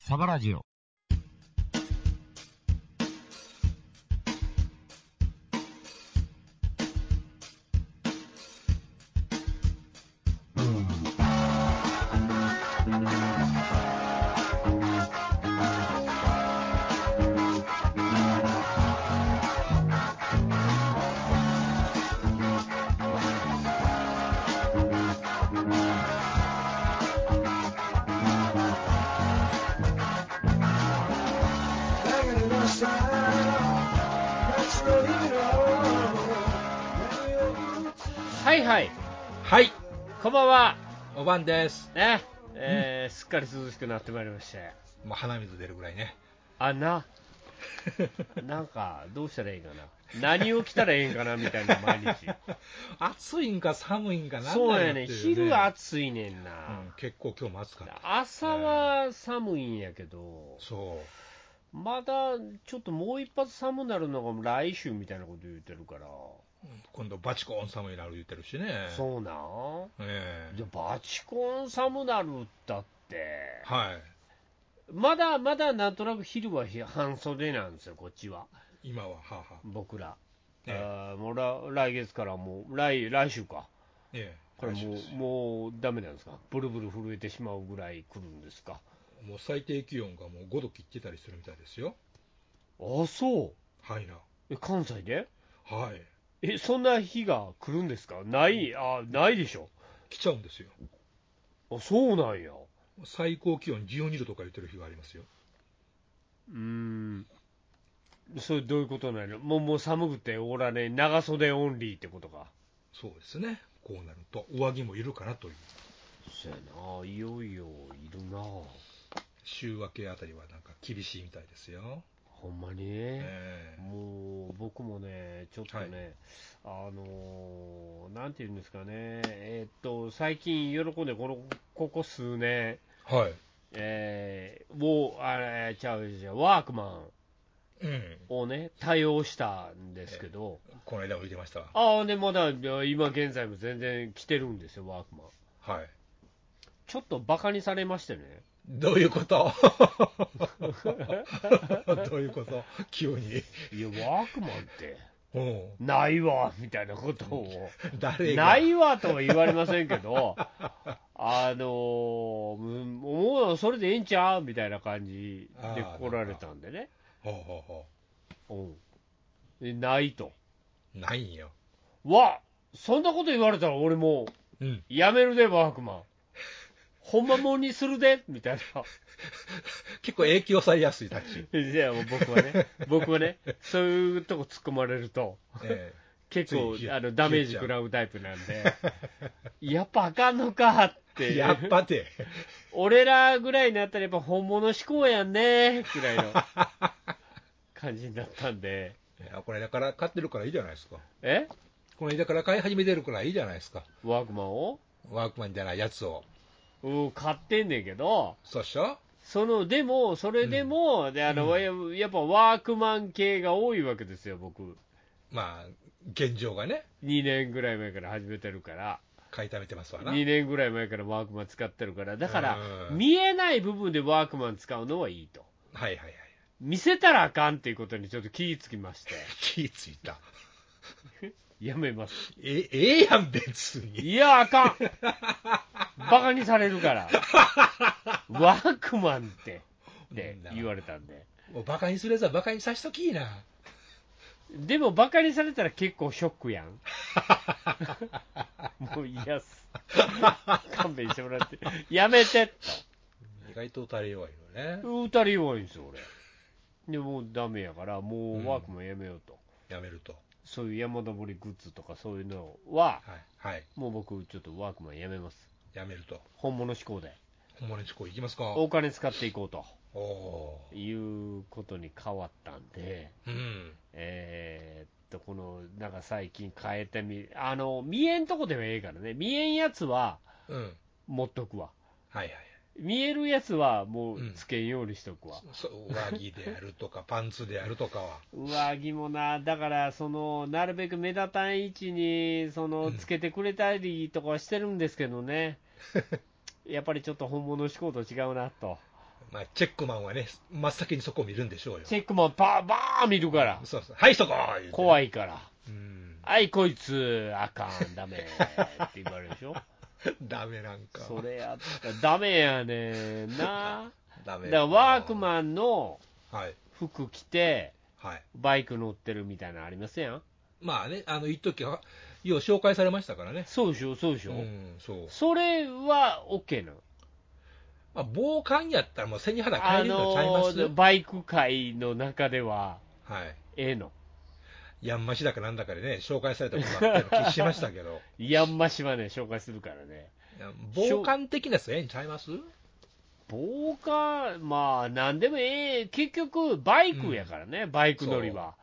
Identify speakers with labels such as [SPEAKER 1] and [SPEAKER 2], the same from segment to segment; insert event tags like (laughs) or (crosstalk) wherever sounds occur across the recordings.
[SPEAKER 1] サバラジオ。
[SPEAKER 2] はいはい、
[SPEAKER 3] はい、
[SPEAKER 2] こんばんは。
[SPEAKER 3] お晩です。
[SPEAKER 2] ね、えーすっかり涼しくなってまいりまして。
[SPEAKER 3] もう鼻水出るぐらいね。
[SPEAKER 2] あん (laughs) な、なんか、どうしたらいいかな。何を着たらええんかな、みたいな、毎日。
[SPEAKER 3] (laughs) 暑いんか寒いんかなんだ
[SPEAKER 2] そうやね、昼は
[SPEAKER 3] 暑
[SPEAKER 2] 暑いねん
[SPEAKER 3] う
[SPEAKER 2] な。
[SPEAKER 3] ん、結構今日も暑かった。
[SPEAKER 2] 朝は寒いんやけど、
[SPEAKER 3] そ
[SPEAKER 2] まだちょっともう一発寒なるのが来週みたいなこと言ってるから、
[SPEAKER 3] う。今度バチコーン寒いなる言ってるしね。
[SPEAKER 2] そうなん
[SPEAKER 3] ええ
[SPEAKER 2] じゃバチコン寒なるったって、
[SPEAKER 3] はい。
[SPEAKER 2] まだまだなんとなく昼は半袖なんですよ、こっちは。
[SPEAKER 3] 今は、はあはあ。
[SPEAKER 2] 僕ら、
[SPEAKER 3] ええ
[SPEAKER 2] あーもうら来月からもう来来週か
[SPEAKER 3] ええ
[SPEAKER 2] これ
[SPEAKER 3] 来週
[SPEAKER 2] も
[SPEAKER 3] で
[SPEAKER 2] う
[SPEAKER 3] すよ
[SPEAKER 2] もうダメなんですかブルブル震えてしまうぐらい来るんですか
[SPEAKER 3] もう最低気温がもう5度切ってたりするみたいですよ。
[SPEAKER 2] あそう
[SPEAKER 3] はいな。
[SPEAKER 2] え関西で
[SPEAKER 3] はい。
[SPEAKER 2] えそんな日が来るんですかないあないでしょ
[SPEAKER 3] 来ちゃうんですよ。
[SPEAKER 2] あそうなんや
[SPEAKER 3] 最高気温12度とか言ってる日がありますよ。
[SPEAKER 2] うーんそれどういうことなのもうもう寒くておらね長袖オンリーってことか
[SPEAKER 3] そうですね。こうなると、上着もいるかなという。
[SPEAKER 2] そやないよいよいるな
[SPEAKER 3] 週明けあたりはなんか厳しいみたいですよ。
[SPEAKER 2] ほんまに
[SPEAKER 3] ええ
[SPEAKER 2] もう僕もね、ちょっとね、あのーなんていうんですかね、えーっと最近、喜んでこのここ数年、
[SPEAKER 3] はい。
[SPEAKER 2] えー、ウォーあれちゃうじゃワークマン
[SPEAKER 3] うん。
[SPEAKER 2] をね、対応したんですけど、
[SPEAKER 3] この間も言ってましたわ。
[SPEAKER 2] ああ、ね、まだ今現在も全然着てるんですよ、ワークマン。
[SPEAKER 3] はい。
[SPEAKER 2] ちょっとバカにされましてね、
[SPEAKER 3] どういうこと
[SPEAKER 2] (laughs)
[SPEAKER 3] どういうこと急に。
[SPEAKER 2] いや、ワークマンって、
[SPEAKER 3] うん
[SPEAKER 2] ないわみたいなことを。
[SPEAKER 3] 誰が
[SPEAKER 2] ないわとは言われませんけ
[SPEAKER 3] (laughs)
[SPEAKER 2] ど、あのーうんもうそれでええんちゃうみたいな感じで来られたんでね、
[SPEAKER 3] ほうほうほ
[SPEAKER 2] うんでないと、
[SPEAKER 3] うないんよ。
[SPEAKER 2] わそんなこと言われたら俺もう
[SPEAKER 3] うん。
[SPEAKER 2] やめるで、ワークマン、ほんまもんにするでみたい
[SPEAKER 3] (laughs) 結構影響されやすいた
[SPEAKER 2] (laughs)
[SPEAKER 3] ち。
[SPEAKER 2] な、いやもう僕はね、僕はね、そういうとこ突っ込まれると、
[SPEAKER 3] え
[SPEAKER 2] 結構
[SPEAKER 3] つい冷え
[SPEAKER 2] あのダメージ食らうタイプなんで、やっぱあかんのかっ
[SPEAKER 3] え (laughs)
[SPEAKER 2] て。
[SPEAKER 3] やっぱて。
[SPEAKER 2] 俺らぐらいになったらやっぱ本物志向やんねぐらいの感じになったんで
[SPEAKER 3] いやこの間から買ってるからいいじゃないですか。
[SPEAKER 2] え
[SPEAKER 3] この間から買い始めてるからいいじゃないですか。
[SPEAKER 2] ワークマンを
[SPEAKER 3] ワークマンじゃないやつを。
[SPEAKER 2] うん買ってんねんけど
[SPEAKER 3] そうっしょ
[SPEAKER 2] そのでもそれでも、であのややっぱワークマン系が多いわけですよ僕
[SPEAKER 3] まあ、現状がね、
[SPEAKER 2] 2年ぐらい前から始めてるから
[SPEAKER 3] 買いためてますわな。
[SPEAKER 2] 2年ぐらい前からワークマン使ってるからだから
[SPEAKER 3] うん
[SPEAKER 2] 見えない部分でワークマン使うのはいいと
[SPEAKER 3] はいはいはい。
[SPEAKER 2] 見せたらあかんっていうことにちょっと気ぃつきまして
[SPEAKER 3] 気ぃついた。
[SPEAKER 2] やめます
[SPEAKER 3] え、ええやん、別に。
[SPEAKER 2] いや、あかん。バカにされるから。ワークマンって、って言われたんで。
[SPEAKER 3] もうバカにするやつはバカにさしときいな。
[SPEAKER 2] でも、バカにされたら結構ショックやん。もう嫌っす。勘弁してもらって。やめて。
[SPEAKER 3] 意外と打たれ弱いのね。
[SPEAKER 2] 打たれ弱いんですよ、俺。でもうダメやから、もうワークマンやめようと。
[SPEAKER 3] やめると。
[SPEAKER 2] そういう山登りグッズとかそういうのは、
[SPEAKER 3] はい。はい。
[SPEAKER 2] もう僕、ちょっとワークマンやめます。
[SPEAKER 3] やめると。
[SPEAKER 2] 本物志向で。
[SPEAKER 3] 本物にこう行きますか。お
[SPEAKER 2] お金使っていこうと。
[SPEAKER 3] おー。
[SPEAKER 2] いうことに変わったんで、
[SPEAKER 3] うん。
[SPEAKER 2] えーっと、この、なんか最近変えてみ、あの、見えんとこではええからね、見えんやつは
[SPEAKER 3] うん。
[SPEAKER 2] 持っとくわ。
[SPEAKER 3] はいはい。
[SPEAKER 2] 見えるやつはもうつけんようにしとくわ。
[SPEAKER 3] そう上着であると (laughs) か、パンツであるとかは。
[SPEAKER 2] 上着もな、だから、その、なるべく目立たん位置に、その、
[SPEAKER 3] うん
[SPEAKER 2] つけてくれた
[SPEAKER 3] (laughs)
[SPEAKER 2] りとかはしてるんですけどね。やっぱりちょっと本物志向と違うなと。
[SPEAKER 3] まあ、チェックマンはね、真っ先にそこを見るんでしょうよ。
[SPEAKER 2] チェックマンバーバー見るから、
[SPEAKER 3] そうそうはい、そこ言うて
[SPEAKER 2] 怖いから、
[SPEAKER 3] うん。 (laughs)
[SPEAKER 2] はい、こいつ、あかん、ダメって言われるでしょ、
[SPEAKER 3] ダメなんか。
[SPEAKER 2] それやったらダメやねんな、
[SPEAKER 3] ダ
[SPEAKER 2] だ
[SPEAKER 3] メ
[SPEAKER 2] か
[SPEAKER 3] から
[SPEAKER 2] ワークマンの
[SPEAKER 3] はい。
[SPEAKER 2] 服着て、
[SPEAKER 3] はい。
[SPEAKER 2] バイク乗ってるみたいなのありません
[SPEAKER 3] まあね、あの、一時は、よう紹介されましたからね。
[SPEAKER 2] そうでしょ、そうでし
[SPEAKER 3] う
[SPEAKER 2] ょ、
[SPEAKER 3] ん、そう。
[SPEAKER 2] それは OK なの。
[SPEAKER 3] まあ、防寒やったらもう背に腹変
[SPEAKER 2] あ
[SPEAKER 3] えれるのちゃいます、
[SPEAKER 2] のバイク界の中では
[SPEAKER 3] はい。
[SPEAKER 2] ええの、
[SPEAKER 3] やんましだかなんだかでね、紹介されたことがあったような気しましたけど。
[SPEAKER 2] ヤンマシはね、紹介するからね、
[SPEAKER 3] いや防寒的なやつええんちゃいます
[SPEAKER 2] 防火、まあ、なんでもええ、結局、バイクやからね、バイク乗りは。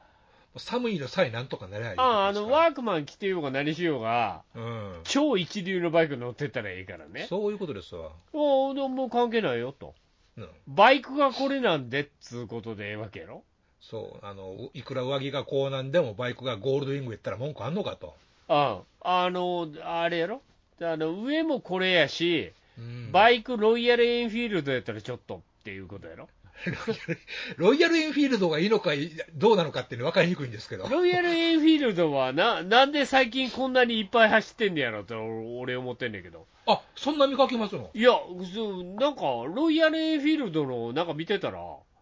[SPEAKER 3] 寒いのさえなんとかなりゃいい
[SPEAKER 2] あああ
[SPEAKER 3] です
[SPEAKER 2] の
[SPEAKER 3] から
[SPEAKER 2] ワークマン着てようが何しようが、
[SPEAKER 3] うん。
[SPEAKER 2] 超一流のバイク乗ってったらええからね、
[SPEAKER 3] そういうことですわ。
[SPEAKER 2] おーもう関係ないよと、
[SPEAKER 3] うん。
[SPEAKER 2] バイクがこれなんでっつうことでええわけやろ、
[SPEAKER 3] そう、あの、いくら上着がこうなんでも、バイクがゴールドウィングやったら文句あんのかと。
[SPEAKER 2] あああのあれやろ、あの上もこれやし、
[SPEAKER 3] うん
[SPEAKER 2] バイクロイヤルエンフィールドやったらちょっとっていうことやろ。
[SPEAKER 3] ロイヤルエンフィールドがいいのかい、どうなのかっていうの分かりにくいんですけど。
[SPEAKER 2] ロイヤルエンフィールドはな、 (laughs) なんで最近こんなにいっぱい走ってんねやろって俺思ってんねんけど。
[SPEAKER 3] あ、そんな見かけますの
[SPEAKER 2] いや、そうなんか、ロイヤルエンフィールドのなんか見てたら、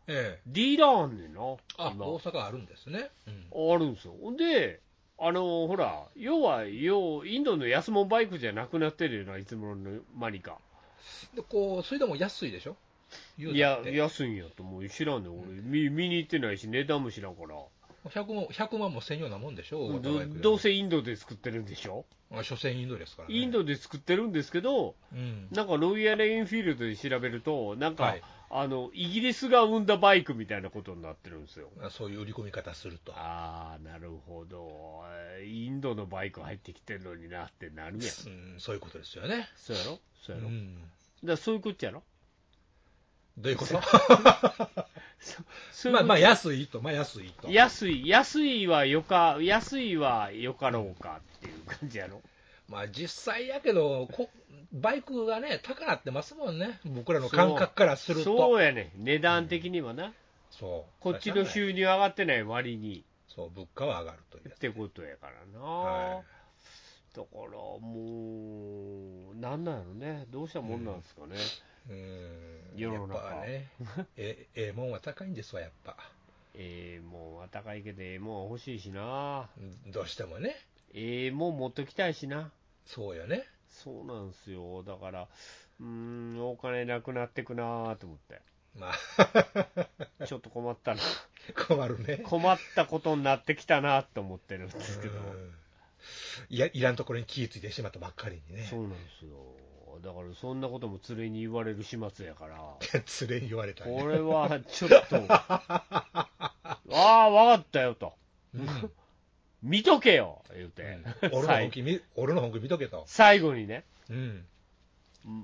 [SPEAKER 3] ええ。
[SPEAKER 2] ディーラーあんねんな。
[SPEAKER 3] あ、
[SPEAKER 2] 今
[SPEAKER 3] 大阪あるんですね。うん。
[SPEAKER 2] あるんですよ。ほんで、あの、ほら、要は、要、インドの安物バイクじゃなくなってるよな、いつもの間にか。
[SPEAKER 3] で、こう、それでも安いでしょユ
[SPEAKER 2] い
[SPEAKER 3] ーザー
[SPEAKER 2] や
[SPEAKER 3] っ、て
[SPEAKER 2] 安いんやと思う。知らんねん、俺。見見に行ってないし、値段も知らんから。
[SPEAKER 3] 100万、100万もせんようなもんでしょ大型バイクで
[SPEAKER 2] ど
[SPEAKER 3] も
[SPEAKER 2] どうせインドで作ってるんでしょ
[SPEAKER 3] まあ、所詮インドですから、ね。
[SPEAKER 2] インドで作ってるんですけど、
[SPEAKER 3] うん。
[SPEAKER 2] なんかロイヤルエンフィールドで調べると、なんか、
[SPEAKER 3] はい
[SPEAKER 2] あのイギリスが生んだバイクみたいなことになってるんですよ。
[SPEAKER 3] まあそういう売り込み方すると。
[SPEAKER 2] ああ、なるほど、インドのバイク入ってきてるのになってな
[SPEAKER 3] (laughs)
[SPEAKER 2] るやん、
[SPEAKER 3] うん、そういうことですよね。
[SPEAKER 2] そうやろ、そううやろ、だか
[SPEAKER 3] ん。
[SPEAKER 2] らそういうこっちゃろ、
[SPEAKER 3] どう
[SPEAKER 2] (laughs)
[SPEAKER 3] いうことまあま
[SPEAKER 2] そういうこ
[SPEAKER 3] あ
[SPEAKER 2] っちゃ
[SPEAKER 3] 安いと、まあ安いと。
[SPEAKER 2] 安い、安いはよか、安いはよかろうかっていう感じやろ、
[SPEAKER 3] まあ実際やけどこ、バイクがね、高なってますもんね。僕らの感覚からすると。
[SPEAKER 2] そうやね、値段的にはな、
[SPEAKER 3] そう
[SPEAKER 2] こっちの収入上がってない割に
[SPEAKER 3] そう、物価は上がるというや
[SPEAKER 2] っ
[SPEAKER 3] つ。
[SPEAKER 2] てことやからな。
[SPEAKER 3] は
[SPEAKER 2] だからもう、なんなんやろね、どうしたもんなんですかね、
[SPEAKER 3] い。うん。
[SPEAKER 2] 世の中
[SPEAKER 3] やっぱ
[SPEAKER 2] (laughs)
[SPEAKER 3] ね、え、ええもんは高いんですわ、やっぱ。
[SPEAKER 2] ええもう高いけど、ええもんは欲しいしな、
[SPEAKER 3] どうしてもね。
[SPEAKER 2] ええもん持っときたいしな、
[SPEAKER 3] そうよね。
[SPEAKER 2] そうなんですよ、だから、うーん、お金なくなってくなーと思って、
[SPEAKER 3] まあ、
[SPEAKER 2] ちょっと困ったな、
[SPEAKER 3] 困るね。
[SPEAKER 2] 困ったことになってきたなと思ってるんですけど
[SPEAKER 3] う、んいやいらんところに気ぃついてしまったばっかりにね (laughs)
[SPEAKER 2] そうなんですよ、だからそんなことも連れに言われる始末やから。
[SPEAKER 3] 連れに言われたね
[SPEAKER 2] これはち
[SPEAKER 3] (laughs)
[SPEAKER 2] ょっと、ああ、わかったよと、
[SPEAKER 3] うん
[SPEAKER 2] 見とけよ、言うて、
[SPEAKER 3] 俺の本
[SPEAKER 2] 最
[SPEAKER 3] 気見俺の本気見とけと、
[SPEAKER 2] 最後にね、
[SPEAKER 3] うん、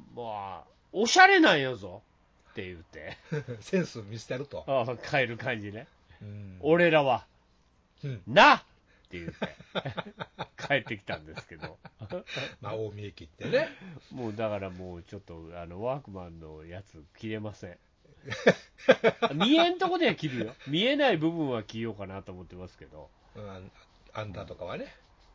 [SPEAKER 3] (laughs)
[SPEAKER 2] まあ、おしゃれなんやぞって言うて、
[SPEAKER 3] センス見せてやると、
[SPEAKER 2] ああ変える感じね、
[SPEAKER 3] うん
[SPEAKER 2] 俺らは、
[SPEAKER 3] うん
[SPEAKER 2] なって言うて、帰ってきたんですけど、
[SPEAKER 3] まあ大見え切ってね
[SPEAKER 2] もうだからもうちょっと、あのワークマンのやつ、切れませ
[SPEAKER 3] (laughs)
[SPEAKER 2] ん。見えんとこでは切るよ、見えない部分は切ようかなと思ってますけど、
[SPEAKER 3] うんあんたとかはね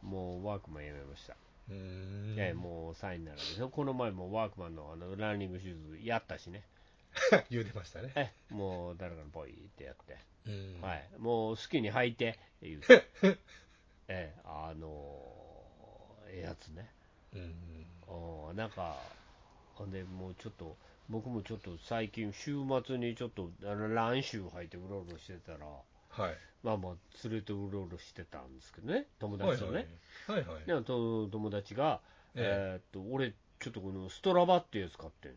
[SPEAKER 2] もうワークマンやめました。
[SPEAKER 3] うん
[SPEAKER 2] ええもうサインならでこの前もワークマンのあのランニングシューズやったしね、
[SPEAKER 3] (laughs) 言うてましたね、
[SPEAKER 2] ええもう誰かのポイってやって、
[SPEAKER 3] うん
[SPEAKER 2] はい、もう好きに履いて言
[SPEAKER 3] (laughs)
[SPEAKER 2] うて、ええあのーええやつね、
[SPEAKER 3] うん
[SPEAKER 2] うんなんか、ほんでもうちょっと、僕もちょっと最近、週末にちょっとあのランシュー履いてうろうろしてたら、
[SPEAKER 3] はい
[SPEAKER 2] まあまあ、連れてうろうろしてたんですけどね、友達とね。
[SPEAKER 3] はいはい、はいはい
[SPEAKER 2] でと友達が、
[SPEAKER 3] え
[SPEAKER 2] えーっと、俺、ちょっとこのストラバっていうやつ買ってん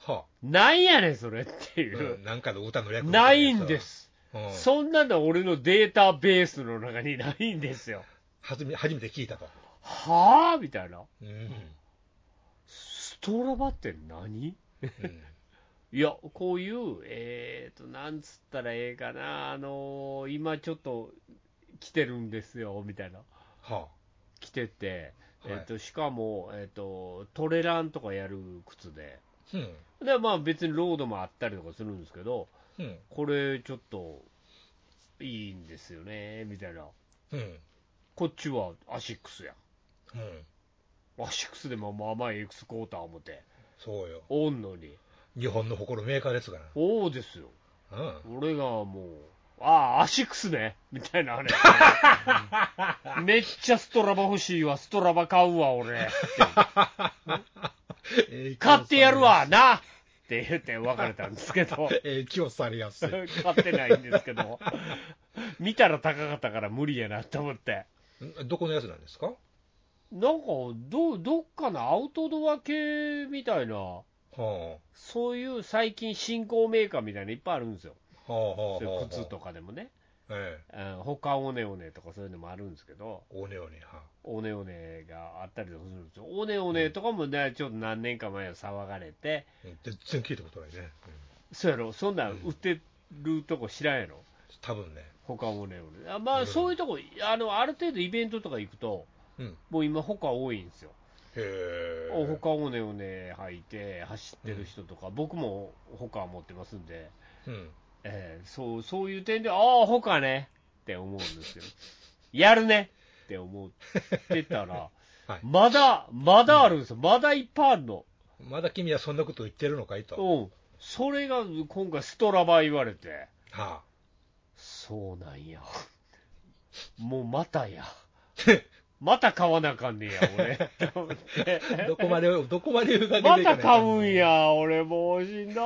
[SPEAKER 3] は
[SPEAKER 2] なんやねん、それって
[SPEAKER 3] あ
[SPEAKER 2] いうう、
[SPEAKER 3] んなんかの歌の略みた
[SPEAKER 2] ないい
[SPEAKER 3] やつ
[SPEAKER 2] んです、
[SPEAKER 3] うん
[SPEAKER 2] そんなの俺のデータベースの中にないんですよ、
[SPEAKER 3] はじめ初めて聞いたと、
[SPEAKER 2] はあみたいな、
[SPEAKER 3] うん
[SPEAKER 2] ストラバって何
[SPEAKER 3] うん
[SPEAKER 2] いや、こういう、えーっと、なんつったらええかな、あのー今ちょっと来てるんですよ、みたいな、
[SPEAKER 3] は
[SPEAKER 2] 来てて、
[SPEAKER 3] はい
[SPEAKER 2] えーっとしかも、えーっと、トレランとかやる靴で。
[SPEAKER 3] あうん。
[SPEAKER 2] でまあ別にロードもあったりとかするんですけど、
[SPEAKER 3] うん。
[SPEAKER 2] これちょっといいんですよねみたいな、
[SPEAKER 3] うん。
[SPEAKER 2] こっちはアシックスや、
[SPEAKER 3] うん。
[SPEAKER 2] アシックスでもまあまあエクスコーター思って、
[SPEAKER 3] そうよ。
[SPEAKER 2] おんのに、
[SPEAKER 3] 日本の誇るメーカーですか
[SPEAKER 2] おうですよ、
[SPEAKER 3] ら。うん。
[SPEAKER 2] 俺がもう、ああ、アシックスねみたいなあれ、 (laughs) めっちゃストラバ欲しいわ、ストラバ買うわ、俺、買ってやるわ、なって言って別れたんですけど。
[SPEAKER 3] えー、気をされやすい。
[SPEAKER 2] (laughs) 買ってないんですけど、見たら高かったから無理やなと思って、
[SPEAKER 3] んどこのやつなんですか
[SPEAKER 2] なんかど、どっかのアウトドア系みたいな、
[SPEAKER 3] は
[SPEAKER 2] そういう最近、新興メーカーみたいなのいっぱいあるんですよ、
[SPEAKER 3] あ、はあ、は
[SPEAKER 2] そう
[SPEAKER 3] あ、
[SPEAKER 2] い
[SPEAKER 3] はあ。
[SPEAKER 2] う靴と。かでもね、
[SPEAKER 3] え
[SPEAKER 2] うん、他オネオネとかそういうのもあるんですけど、
[SPEAKER 3] えおねおね、は
[SPEAKER 2] オネオネがあったりとかするんですよ、オネオネとかもね、ちょっと何年か前は騒がれて、
[SPEAKER 3] あ。うん全然聞いたことないね。うん
[SPEAKER 2] そうやろ、そんなん売ってるとこ知らんやろ。
[SPEAKER 3] 多分ね。
[SPEAKER 2] 他オネオネあま
[SPEAKER 3] う
[SPEAKER 2] あ
[SPEAKER 3] ん
[SPEAKER 2] そういうとこ、あのある程度イベントとか行くと、
[SPEAKER 3] うん。
[SPEAKER 2] もう今、他多いんですよ、
[SPEAKER 3] へえ。
[SPEAKER 2] ほかをねをね履いて走ってる人とか、僕もほか持ってますんで、
[SPEAKER 3] うん。
[SPEAKER 2] えーそうそういう点で、ああ、ほかねって思うんですよ、やるねって思ってたら、
[SPEAKER 3] (laughs) はい
[SPEAKER 2] まだ、まだあるんですよ、まだいっぱいあるの、
[SPEAKER 3] まだ君はそんなこと言ってるのかいと。は
[SPEAKER 2] うん、それが今回、ストラバ言われて、
[SPEAKER 3] あ。
[SPEAKER 2] そうなんや、もうまたや。また買わなあかんねや、俺。 (laughs) と思って
[SPEAKER 3] どこま
[SPEAKER 2] (laughs)
[SPEAKER 3] で、どこまで追いかけ
[SPEAKER 2] ま
[SPEAKER 3] ていかな
[SPEAKER 2] た
[SPEAKER 3] い
[SPEAKER 2] 買うん。や、俺もうしんど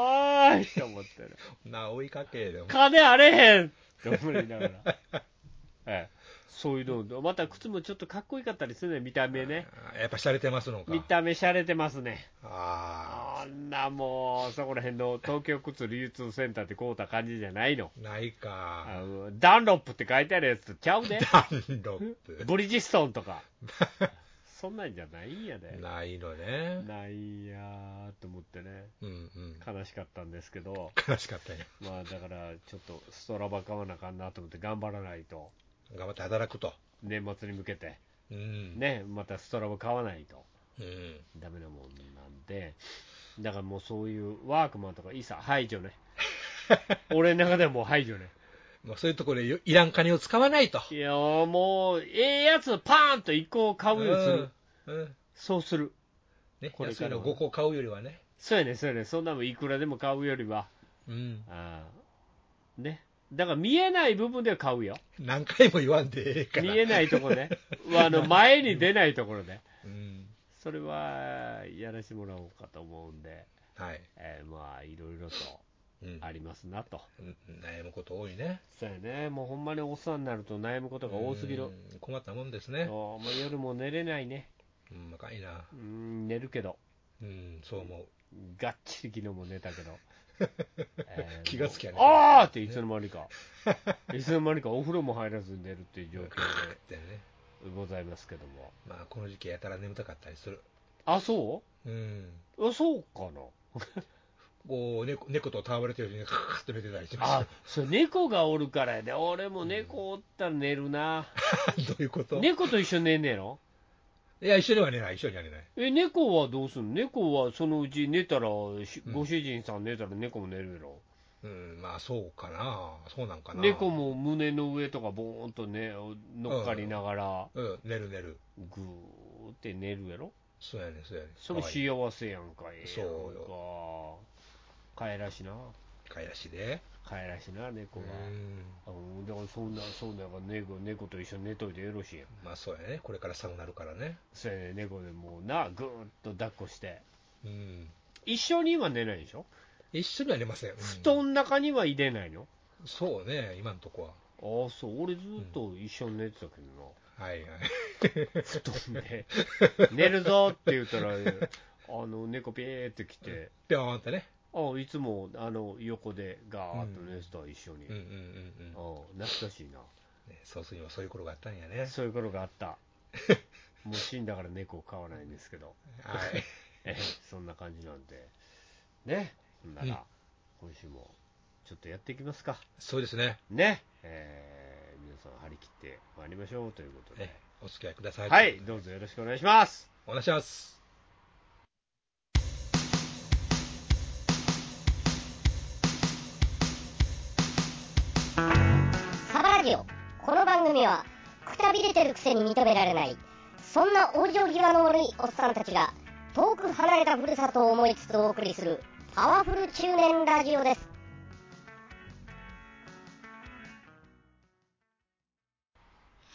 [SPEAKER 2] いって思ってる。
[SPEAKER 3] なあ、追いかけでも。
[SPEAKER 2] 金あれへんって思いながら。 (laughs) ええ、そういうの、また靴もちょっとかっこよかったりするね、見た目ね。
[SPEAKER 3] あやっぱ洒落てますのか。
[SPEAKER 2] 見た目洒落てますね。
[SPEAKER 3] あ
[SPEAKER 2] あんなもう、そこら辺の東京靴流通センターってこうた感じじゃないの。
[SPEAKER 3] あ。ないか。
[SPEAKER 2] あのダンロップって書いてあるやつとち
[SPEAKER 3] (laughs)
[SPEAKER 2] ゃうね。
[SPEAKER 3] ダンロッ
[SPEAKER 2] (laughs)
[SPEAKER 3] プ。
[SPEAKER 2] ブリヂストン
[SPEAKER 3] (laughs)
[SPEAKER 2] とか。そんなんじゃないんやで。
[SPEAKER 3] ないのね。
[SPEAKER 2] ないやーと思ってね、
[SPEAKER 3] うんうん。
[SPEAKER 2] 悲しかったんですけど。
[SPEAKER 3] 悲しかったよ。
[SPEAKER 2] まあだからちょっとストラバ買わなあかんなと思って頑張らないと
[SPEAKER 3] 頑張って働くと。
[SPEAKER 2] 年末に向けて
[SPEAKER 3] うん。。
[SPEAKER 2] ねまたストラバ買わないと
[SPEAKER 3] うん。
[SPEAKER 2] ダメなもんなんでだからもうそういうワークマンとかいいさ
[SPEAKER 3] (laughs)
[SPEAKER 2] 排除ね俺の中ではもう排除ね
[SPEAKER 3] もうそういうところでよいらん金を使わないと。
[SPEAKER 2] いやーもうええやつパーンと1個買うようにする、
[SPEAKER 3] うん。うん。
[SPEAKER 2] そうする
[SPEAKER 3] ね、
[SPEAKER 2] これ
[SPEAKER 3] 安
[SPEAKER 2] か
[SPEAKER 3] い
[SPEAKER 2] ら
[SPEAKER 3] の
[SPEAKER 2] は
[SPEAKER 3] 5個買うよりはね。
[SPEAKER 2] そうやねそうやねそんなもんいくらでも買うよりは
[SPEAKER 3] うん。
[SPEAKER 2] あーねだから見えない部分では買うよ
[SPEAKER 3] 何回も言わんでええから。
[SPEAKER 2] 見えないとこねあの前に出ないところね
[SPEAKER 3] うん。
[SPEAKER 2] それはやらしてもらおうかと思うんで、
[SPEAKER 3] はい。
[SPEAKER 2] えーまあいろいろと
[SPEAKER 3] うん。
[SPEAKER 2] ありますなと、
[SPEAKER 3] うん悩むこと多いね。
[SPEAKER 2] そうやねもうほんまにおっさんになると悩むことが多すぎる
[SPEAKER 3] うん困ったもんです
[SPEAKER 2] そう
[SPEAKER 3] ね。
[SPEAKER 2] もう夜も寝れないね
[SPEAKER 3] うん、若いな。
[SPEAKER 2] うん寝るけど
[SPEAKER 3] うん、そう思う。
[SPEAKER 2] がっちり昨日も寝た
[SPEAKER 3] (laughs)
[SPEAKER 2] けど、えー
[SPEAKER 3] 気がつきゃね
[SPEAKER 2] もうああっていつの間にかいつの間にかお (laughs) 風呂も入らずに寝るっていう状況
[SPEAKER 3] だよね。
[SPEAKER 2] でございますけども
[SPEAKER 3] まあ、この時期やたら眠たかったりする。
[SPEAKER 2] あそ
[SPEAKER 3] うん。
[SPEAKER 2] うあそうかな
[SPEAKER 3] こう、猫猫と戯れてるうちに、カ (laughs) ーッと寝てたりしま (laughs)
[SPEAKER 2] あそれ猫がおるからやで俺も猫おったら寝るな、
[SPEAKER 3] (laughs) す。どういうこと、
[SPEAKER 2] 猫と一緒に寝んねやろ
[SPEAKER 3] いや、一緒には寝ない、一緒には寝ない。
[SPEAKER 2] え猫はどうすんの猫はそのうち寝たらし
[SPEAKER 3] うん
[SPEAKER 2] ご主人さん寝たら猫も寝るやろ、
[SPEAKER 3] うん、まあ、そうかな。そうなんかな。
[SPEAKER 2] 猫。も胸の上とかボーンとね乗っかりながら
[SPEAKER 3] うん、寝る寝る。
[SPEAKER 2] グーって寝るやろ
[SPEAKER 3] そうやね、そうやね。
[SPEAKER 2] それ
[SPEAKER 3] かわいい
[SPEAKER 2] 幸せやんかええやん
[SPEAKER 3] そう
[SPEAKER 2] か帰らしな
[SPEAKER 3] かいらしいで。
[SPEAKER 2] 帰らしな猫
[SPEAKER 3] う
[SPEAKER 2] は、
[SPEAKER 3] ん。
[SPEAKER 2] うん、だからそんなそうなんか猫猫と一緒に寝といてよろしいやん
[SPEAKER 3] まあ、そうやね。これから寒なるからね。
[SPEAKER 2] そうやね猫でもうなグーッと抱っこして
[SPEAKER 3] うん。
[SPEAKER 2] 一緒には寝ないでしょ
[SPEAKER 3] 一緒には寝ません。うん
[SPEAKER 2] 布団の中には入れないの、
[SPEAKER 3] そうね、今のとこ
[SPEAKER 2] ああそう俺ずっと一緒に寝てたけど
[SPEAKER 3] は。はいはい。 (laughs)
[SPEAKER 2] な、布団で寝るぞって言ったらあの猫ピーって来て
[SPEAKER 3] ぴょーんってね。
[SPEAKER 2] ああいつもあの横でガーッと寝てた一緒に、
[SPEAKER 3] うんうんうんうん。
[SPEAKER 2] ああ懐かしいな
[SPEAKER 3] ねそうするにはそういう頃があったんやね。
[SPEAKER 2] そういう頃があった (laughs) もう死んだから猫を飼わないんですけど
[SPEAKER 3] はい。 (laughs)
[SPEAKER 2] ええそんな感じなんでねほんなら今週もちょっとやっていきますか
[SPEAKER 3] そうですね。
[SPEAKER 2] ねえー皆さん張り切ってまいりましょうということで
[SPEAKER 3] ねお付き合いください。
[SPEAKER 2] はい、どうぞよろしくお願いします
[SPEAKER 3] お願いします。
[SPEAKER 1] この番組はくたびれてるくせに認められないそんな往生際の悪いおっさんたちが遠く離れたふるさとを思いつつお送りするパワフル中年ラジオです